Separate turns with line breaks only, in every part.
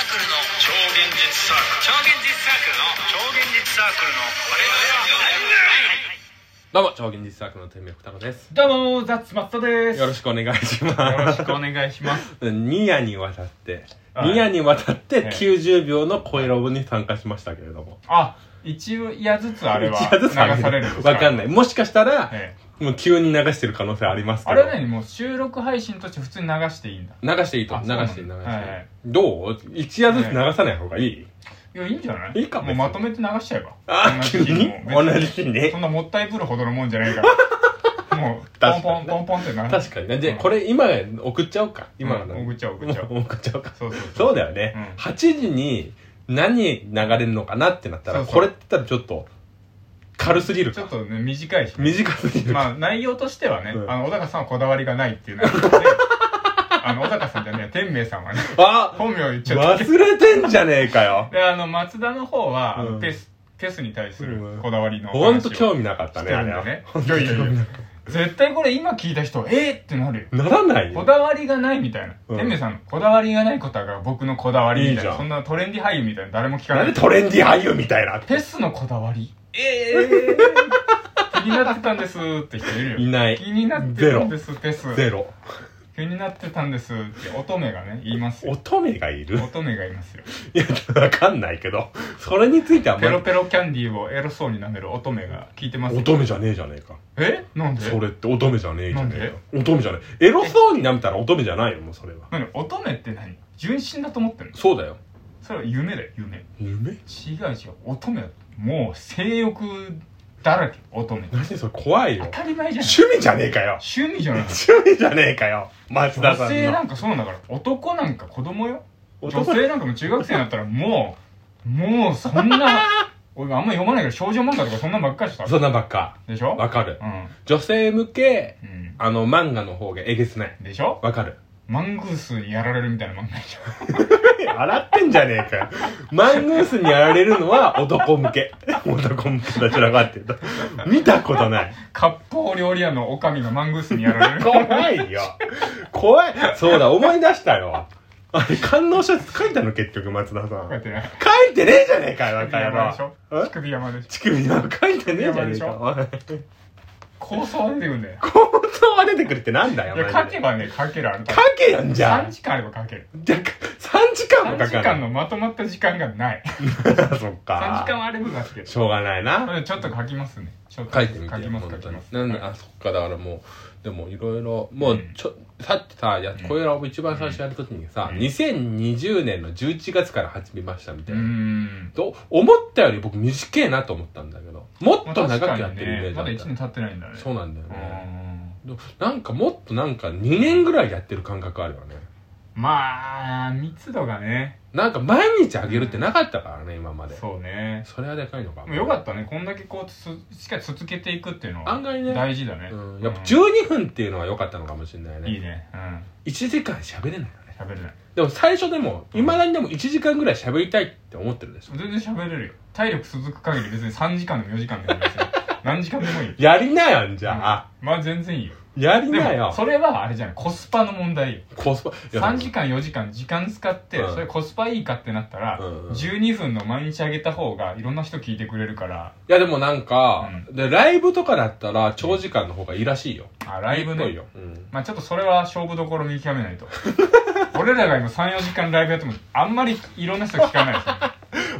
超現実サークル超現実サークルの超現実サークルの我々は何
どうも超現実作の天命双子です
どうもザッツマットです
よろしくお願いします
よろしくお願いします
2夜にわたって、
はい
2夜にわたって
はい
90秒の声ラボに参加しましたけれども、
あ一応やずつ あれは
一夜
流
ずつ上げ
されるんです
わかんないもしかしたら、
ええ
もう急に流してる可能性ありますけ
あ
ど
れは何もう収録配信として普通に流していいんだ
流していいと
あ
流
そうなんだ
していい流していい、
はいはい
どう一夜ずつ流さない方がいい、
いやいいんじゃない
いいか
もうまとめて流しちゃえば
あ
同
急
じ日
に
も別
同じ日ね
そんなもったいぶるほどのもんじゃないから もうポンポンポンポンってな
確かにねじゃあ
うん
これ今送っちゃおうか今
今
の、
送っちゃおう送っちゃおう
もう送っちゃおうか
そうそう
そう
だ
だよね、
うん
8時に何流れるのかなってなったら
そうそう
これって言ったらちょっと軽すぎる
ち
か
ょっとね短いし
短すぎるか、
まあ内容としてはね、
うん
あの小高さんはこだわりがないってい う内容であの小高さんじゃねえ天明さんはね
あ
本名言っちゃった
忘れてんじゃねえか よ
であの松田の方は、あの
うん
ペスペスに対するこだわりの
ほんと
味
興味なかった
して
ねあ
るん
れ
だ
は
ねいやいやい や絶対これ今聞いた人えー、ってなるよ
ならない
こ
よ
だわりがないみたいな、
うん
天明さんのこだわりがないことが僕のこだわりみたい
いいじゃ
なんそんなトレンディ俳優みたいな誰も聞か
な
なんい
でトレンディ俳優みたいな
ペスのこだわり
え
気になってたんですって人いるよ
いない
気になってたんですペス
ゼロ
気になってたんですって乙女がね言いますよ
乙女がいる
乙女がいますよ
いやわかんないけどそれについてはあん
ペ
ま
ロ
り
ペロキャンディーをエロそうに舐める乙女が聞いてますよ
乙女じゃねえじゃねえか
えなんで
それって乙女じゃねえじゃねえ
なん
か乙女じゃねえエロそうになめたら乙女じゃないよもうそれは
何乙女って何純真だと思ってんの
そうだよ
それは夢だよ夢違
夢
う違う乙女だもう性欲だらけ乙女
何それ怖いよ
当たり前じゃん
趣味じゃねえかよ
趣味じゃない
趣味じゃねえかよ松田さ
女
ん
性な
の
んかそうなんだから男なんか子供よ女
男
性なんかもう中学生になったらもうもうそんな 俺あんま読まないから少女漫画とかそんなんばっかりした
そんなばっか
でしょ
わかる
うん、
女性向け
う
あの漫画の方がえげつない
ん、でしょ
わかる
マングースにやられるみたいな漫画 でしょ
洗ってんじゃねえかよマングースにやられるのは男向け男向けどちらかっていうと見たことない
割烹料理屋の女将がマングースにやられる
怖いよ怖いそうだ思い出したよあれ観音書書いたの結局松田さ
こうやっ
ん
てね
書いてねえじゃねえかよ
乳
若
首山で
山え
しょ乳首山でしょ
乳首なんか書いてねえじゃねえ
や
かおい
構想出てくんだよ。
本当は出てくるってなんだよ。
いや、
マ
書
ジで
けばね、書けるある
書けよんじゃ
3
ん。
時間あれば書ける。
じゃ、3時間
3
もか
時
か
間
る。
のまとまった時間がない。
そっ
3時間
か。
はあれば書ける。
しょうがないな。
ちょっと書きますね。ちょっと
書いてみて
書き
よ、
ます、
本
書き
当に
ま。す。
なんで、あ、そっか、だからもう、でもいろいろ、もう
うん、
ちょ、さってさ、や、こういうのを一番最初やるときにさ、
うん
2020年の11月から始めましたみ
う
た
ー
いな。
ん。
と思ったより僕短えなと思ったんだけど、も
ま
っ
あ
と
確
長
か
くやっ
に
てるイメ
ね、まだ
ージだ
1
っ
年経ってないんだね
た。。そうなんだよ
う
ね。
ん
でもなんかもっとなんか2年ぐらいやってる感覚あるよね。
まあ、密度がね、
なんか毎日あげるってなかったからね、今まで。
そうね。
それはでかいのか
でもよかったね、こんだけこうつ、しっかり続けていくっていうの
案
は
外ね
大事だね。
うん、やっぱ
う
12分っていうのは良かったのかもしれない
ん
ね
いいね。うん。
1時間喋れないよね
喋れない。
でも最初でもいまだにでも1時間ぐらい喋りたいって思ってるでしょ
全然喋れるよ体力続く限り別に3時間でも4時間でも別に何時間でもいいよ
やりなよんじゃあ、
まあ全然いいよ
やり
で
な
も
よ
それはあれじゃないコスパの問題よ
コスパいや
3時間4時間時間使って
うん
それコスパいいかってなったら
うんうん
12分の毎日あげた方がいろんな人聞いてくれるから
いやでもなんか、でライブとかだったら長時間の方がいいらしいよ
あライブ
いい
ね
よ、うん、
まあちょっとそれは勝負どころ見極めないと 俺らが今34時間ライブやってもあんまりいろんな人聞かないですね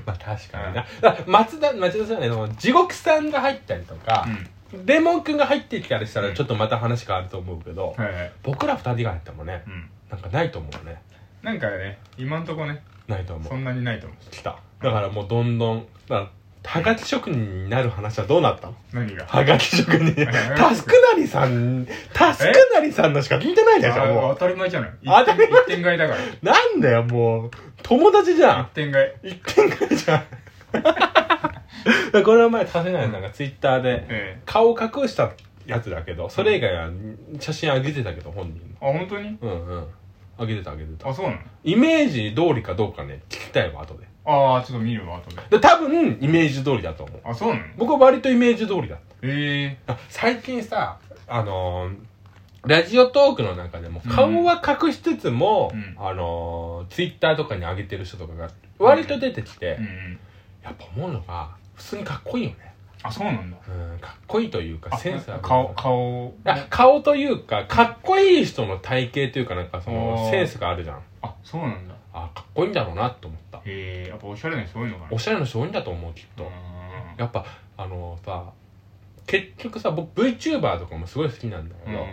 まあ確かにな、だから松田松田さんあの地獄さんが入ったりとか、デモン君が入ってきたりしたらちょっとまた話変わると思うけど、
うんはいはい
僕ら二人が入ってもね
うん
なんかないと思うね
なんかね今んとこね
ないと思う
そんなにないと思う
来ただからもうどんどんだからはがき職人になる話はどうなったの
何が
はがき職人
え
タスクなりさんタスクなりさんのしか聞いてないでしょ
あ
もう
当たり前じゃない
当
一
た
点
り前
一点買いだか
なんだよもう友達じゃ
ら一
ん
点買い
一点ぐら いじゃんこれは前タスなりさんがツイッターで
え
顔を隠したやつだけどそれ以外は写真上げてたけど本人
えあ本当に
のうんうん上げてた上げてた
あそうなの
イメージ通りかどうかね聞きたいわ後で
ああちょっと見るわ後で
で多分イメージ通りだと思う
あそうなの
僕は割とイメージ通りだった
ええ
あ最近さあのーラジオトークの中でも
うん
顔は隠しつつも、
うん
あのー、ツイッターとかに上げてる人とかが割と出てきて、
うんうん
やっぱ思うのが普通にかっこいいよね
あそうなんだ
うんかっこいいというか
あ
センスある
顔顔
あ顔というかかっこいい人の体型というかなんかそ
あ
の
ー
センスがあるじゃん
あそうなんだ
あかっこいいんだろうなと思った
へえやっぱおしゃれな人多いのかな
おしゃれな人多いんだと思うきっと、
うん
やっぱあのさ結局さ僕 VTuber とかもすごい好きなんだけ
うんう
ど、
ん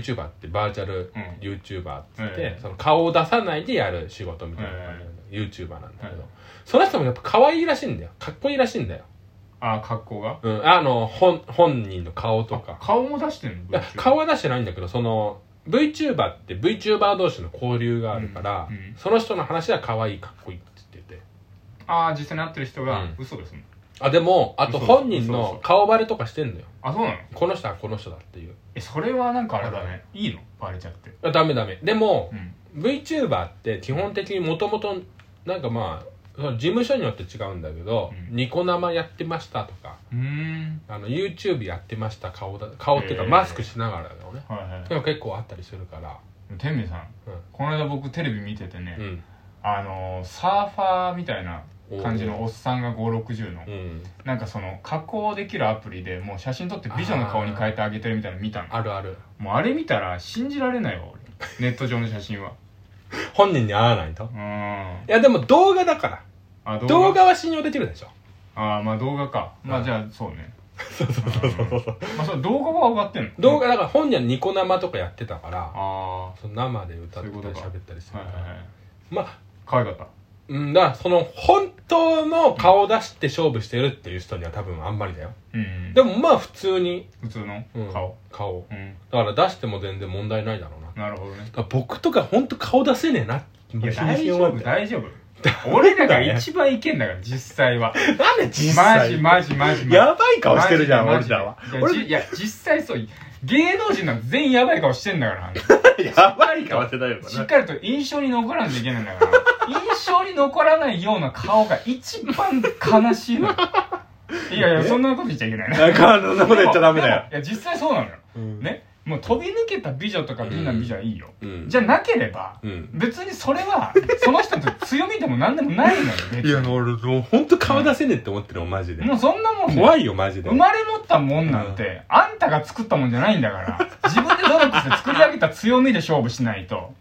VTuber ってバーチャル
うん
YouTuber っつって、
ええ
その顔を出さないでやる仕事みたいな感じなんだけど、YouTuber なんだけど、
ええ
その人もやっぱ可愛いらしいんだよかっこいいらしいんだよ、
あ格好が
うん、あの本本人の顔とか
顔も出してん
い
の
や顔は出してないんだけどその VTuber って VTuber 同士の交流があるから、
うんうん
その人の話は可愛いかっこいいって言ってて
ああ実際に会ってる人が
うん
嘘ですもん
あでもあと
嘘
本人
嘘
の
嘘
顔バレとかしてんのよ
あそうなの
この人はこの人だっていう
えそれはなんかあれだねいいのバレちゃって
あダメダメでも
う、ん
VTuber って基本的にもともとなんかまあその事務所によって違うんだけど、
うん
ニコ生やってましたとか
うーん
あの YouTube やってました顔だ顔っていうか
へー
マスクしながらだよね、
はいはい
でも結構あったりするから
天明さん
うん
この間僕テレビ見ててね、
うん
あのーサーファーみたいな感じのおっさんが560の、
うん
なんかその加工できるアプリでもう写真撮って美女の顔に変えてあげてるみたいなの見たの
あるある
もうあれ見たら信じられないわ俺ネット上の写真は
本人に会わないと
うーん
いやでも動画だから
あ動
動画は信用できるでしょ
ああまあ動画かまあじゃあそうね
そうそうそうそうそう
まあその動画は上がってんの
動画だから本人はニコ生とかやってたから
あ
その生で歌ったり
そういうことか
喋ったりす
あ
る
はい
か
はいは
ら
い
まあ
可愛かった
うんだからその本当の顔を出して勝負してるっていう人には多分あんまりだよ
うんうん
でもまあ普通に、
普通の
うん
顔
顔
うん
だから出しても全然問題ないだろうなだか
なるほどね
ら僕とか本当顔出せねえなって
いや
日
大
に日に
丈
思っ
夫
て
大丈夫俺らが一番いけんだ から実際は
なんで実
マ
際
ジマジマジマジ
やばい顔してるじゃん
マ
俺
ジで
らは
マジで
俺
いやじいや実際そう芸能人なんて全員やばい顔してん だから
やばい顔してないよ
しっかりと印象に残らんといけないんだから印象に残らないような顔が一番悲しい のよいやいやそんなこと言っちゃいけないな
かあのそんなこと言っちゃダメだよ
でもでもいや実際そうなのよ
うん
ねもう飛び抜けた美女とか美男美女はいいよ、
うん
じゃなければ
うん
別にそれはその人の強みでも何でもないのよ別
い
に
や俺もう本当顔出せねえって思ってるもんマジで
もうそんなもんね
怖いよマジで
生まれ持ったもんなんて、あんたが作ったもんじゃないんだから、自分で努力して作り上げた強みで勝負しないと。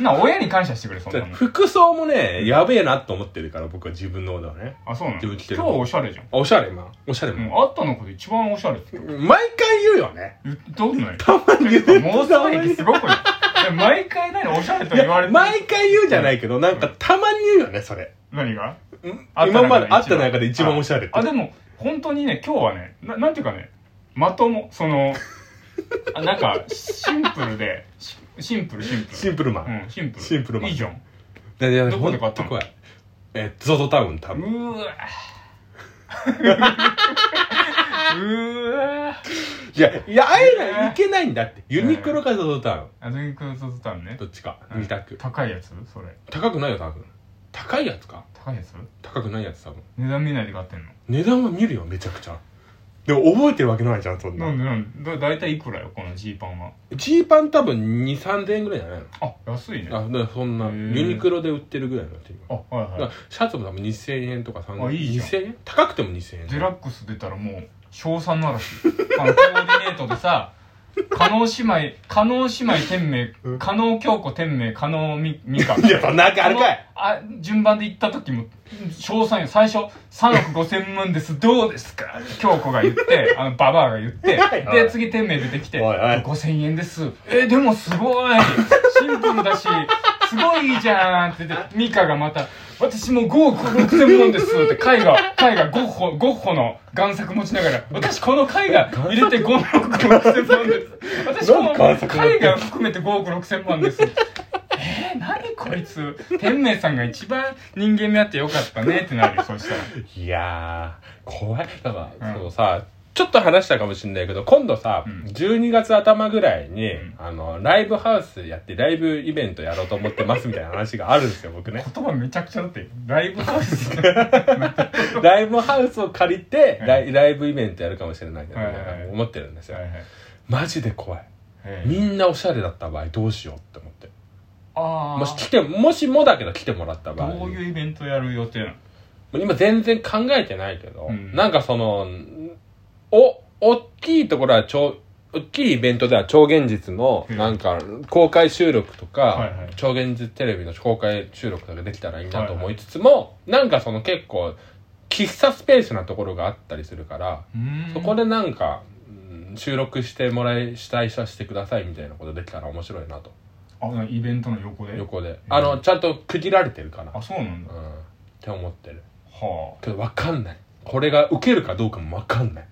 な、親に感謝してくれ、そんなもん。
服装もねやべえなと思ってるから僕は自分の方ではね
あ、そうなの
自分
今
着て
日
る
おしゃれじゃん。
あおしゃれ今おしゃれ
うん、
も
あったのこと一番おしゃれって。
毎回言うよ ね
言ったことない。
たまに言う
妄想癖すごくないえ毎回何おしゃれと言われてる
毎回言うじゃないけどなんかたまに言うよねそれ
何があった中で
今まで会った中で一番おしゃれって
あ、でも、本当にね、今日はね、ななんていうかね、まとも、その、あなんか、シンプルで、シシンプル、シンプル。
シンプルマン
うん、シンプル。
シンプルマン
いいじゃん。
いやいや
どこで買った
ほんと
の
怖いえーゾゾタウン多
う
分
ーわうわ
いやいや会えないいけないんだってユニクロかゾゾタウン
あドリンクソースタンね
どっちか二択
高いやつそれ
高くないよ多分高いやつか
高いやつ
高くないやつ多分
値段見ないで買ってんの
値段は見るよめちゃくちゃでも覚えてるわけないじゃんそんな
なんでなんでだだいたいいくらよこのジーパンは
ジーパン多分2 3千円ぐらいじゃないの
あ安いね
あだからそんな
へー
ユニクロで売ってるぐらいになってる
あはい
だ
は
からシャツも多分2000円とか3000円
あいいじゃん
2000円高くても2000円
いデラックス出たらもう賞賛の嵐あのコーディネートでさ加納姉妹加納姉妹天明加納京子天明加納みみか
いやそんなわけあるかい
あ順番で行った時も賞賛よ最初3億5000万ですどうですか京子が 言ってあのババアが言って
お
で
い
次天明出てきて
おいおい
5000円ですえでもすごいシンプルだしすごいじゃんって言ってミカがまた私も5億6000万ですって絵画絵画ゴッホゴッホの贋作持ちながら私この絵画入れて5億6000万です私この
なんか
絵画含めて5億6000万ですえー、何こいつ天明さんが一番人間味あってよかったねってなるよそしたら
いやー怖いだから、
うん
そうさちょっと話したかもしれないけど今度さ、
うん
12月頭ぐらいに、
うん
あのライブハウスやってライブイベントやろうと思ってますみたいな話があるんですよ僕ね
言葉めちゃくちゃだってライブハウス
ライブハウスを借りて
はい
ライライブイベントやるかもしれないけど、
はいはいはい
思ってるんですよ、
はいはい
マジで怖い
ええ
みんなおしゃれだった場合どうしようって思って
あ
もし
あ
来てもしもだけど来てもらった場合
どういうイベントやる予定なの
今全然考えてないけど、
うん
なんかそのお大きいところは超大きいイベントでは超現実の
うん
なんか公開収録とか、
はいはい
超現実テレビの公開収録とかできたらいいなと思いつつも、なんかその結構喫茶スペースなところがあったりするから、
うーん
そこでなんかうん収録してもらい主体させてくださいみたいなことできたら面白いなと
あイベントの横で
横であのちゃんと区切られてるから、
あそうなんだ
うん、って思ってる
は
けど分かんないこれが受けるかどうかも分かんない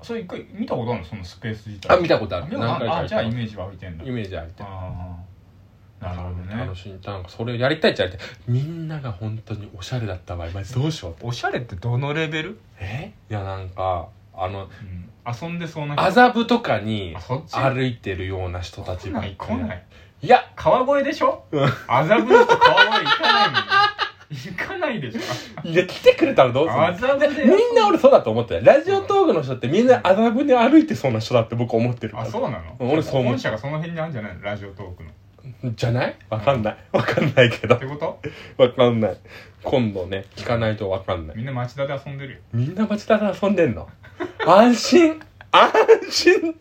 あそれ一回見たことあるのそのスペース自体
あ見たことあ
あ
る
見たこと
何
あ
回
る
か
あじゃあイ
イ
メージ湧いてんだ
メージあるって
ああなるほどね
楽しいなんかそれやりたいっちゃやりたいみんなが本当におしゃれだった場合マジどうしようって
おしゃれってどのレベル、
えいやなんかあの
うん、遊んでそうな人
麻布とかに
あそっち
歩いてるような人たち
来
ば
ない
っ
来
かり
ない
いや
川越でしょ
うん
麻布の人川越行かないもん行かないでしょ
いや来てくれたらどうするの
麻布で
みんな俺そうだと思ってるラジオトークの人ってみんな麻布で歩いてそうな人だって僕思ってるか
あ
ら
そうなの
俺そう思う
本社がその辺にあるんじゃないのラジオトークのっ
じゃないわかんないわかんないけど
てこと
わかんない。今度ね、聞かないとわかんない。
みんな町田で遊んでるよ
みんな町田で遊んでんの安心安心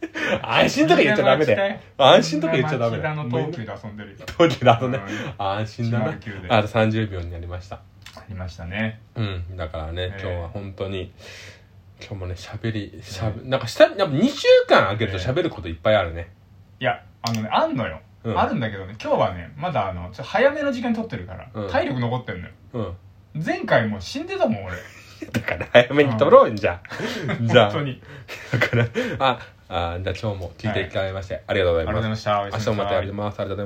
安心とか言っちゃダメだよ。安心とか言っちゃダメだよ。
みんな町田の東急で遊んでるよ
東京だとね
う。
安心だな。
109で
あと30秒になりました。
ありましたね
うん。だからね、
ええ
今日は本当に、今日もね、喋り、しゃべ、なんか下、やっぱ2週間空けると喋ることいっぱいあるね。
いやあのねあんのよ、
うん
あるんだけどね今日はねまだあのちょっと早めの時間取ってるから、
うん
体力残ってんのよ
うん。
前回もう死んでたもん俺
だから早めに撮ろうじゃあ。じゃ
本
あ。
当に
だから、あ、あじゃあ今日も聞いていただきまして、ありがとうござ
あ
い
りがとうござい
ま。
ますしたお
明
やすみな
日
さ
も
い
またやります。ありがとうございます。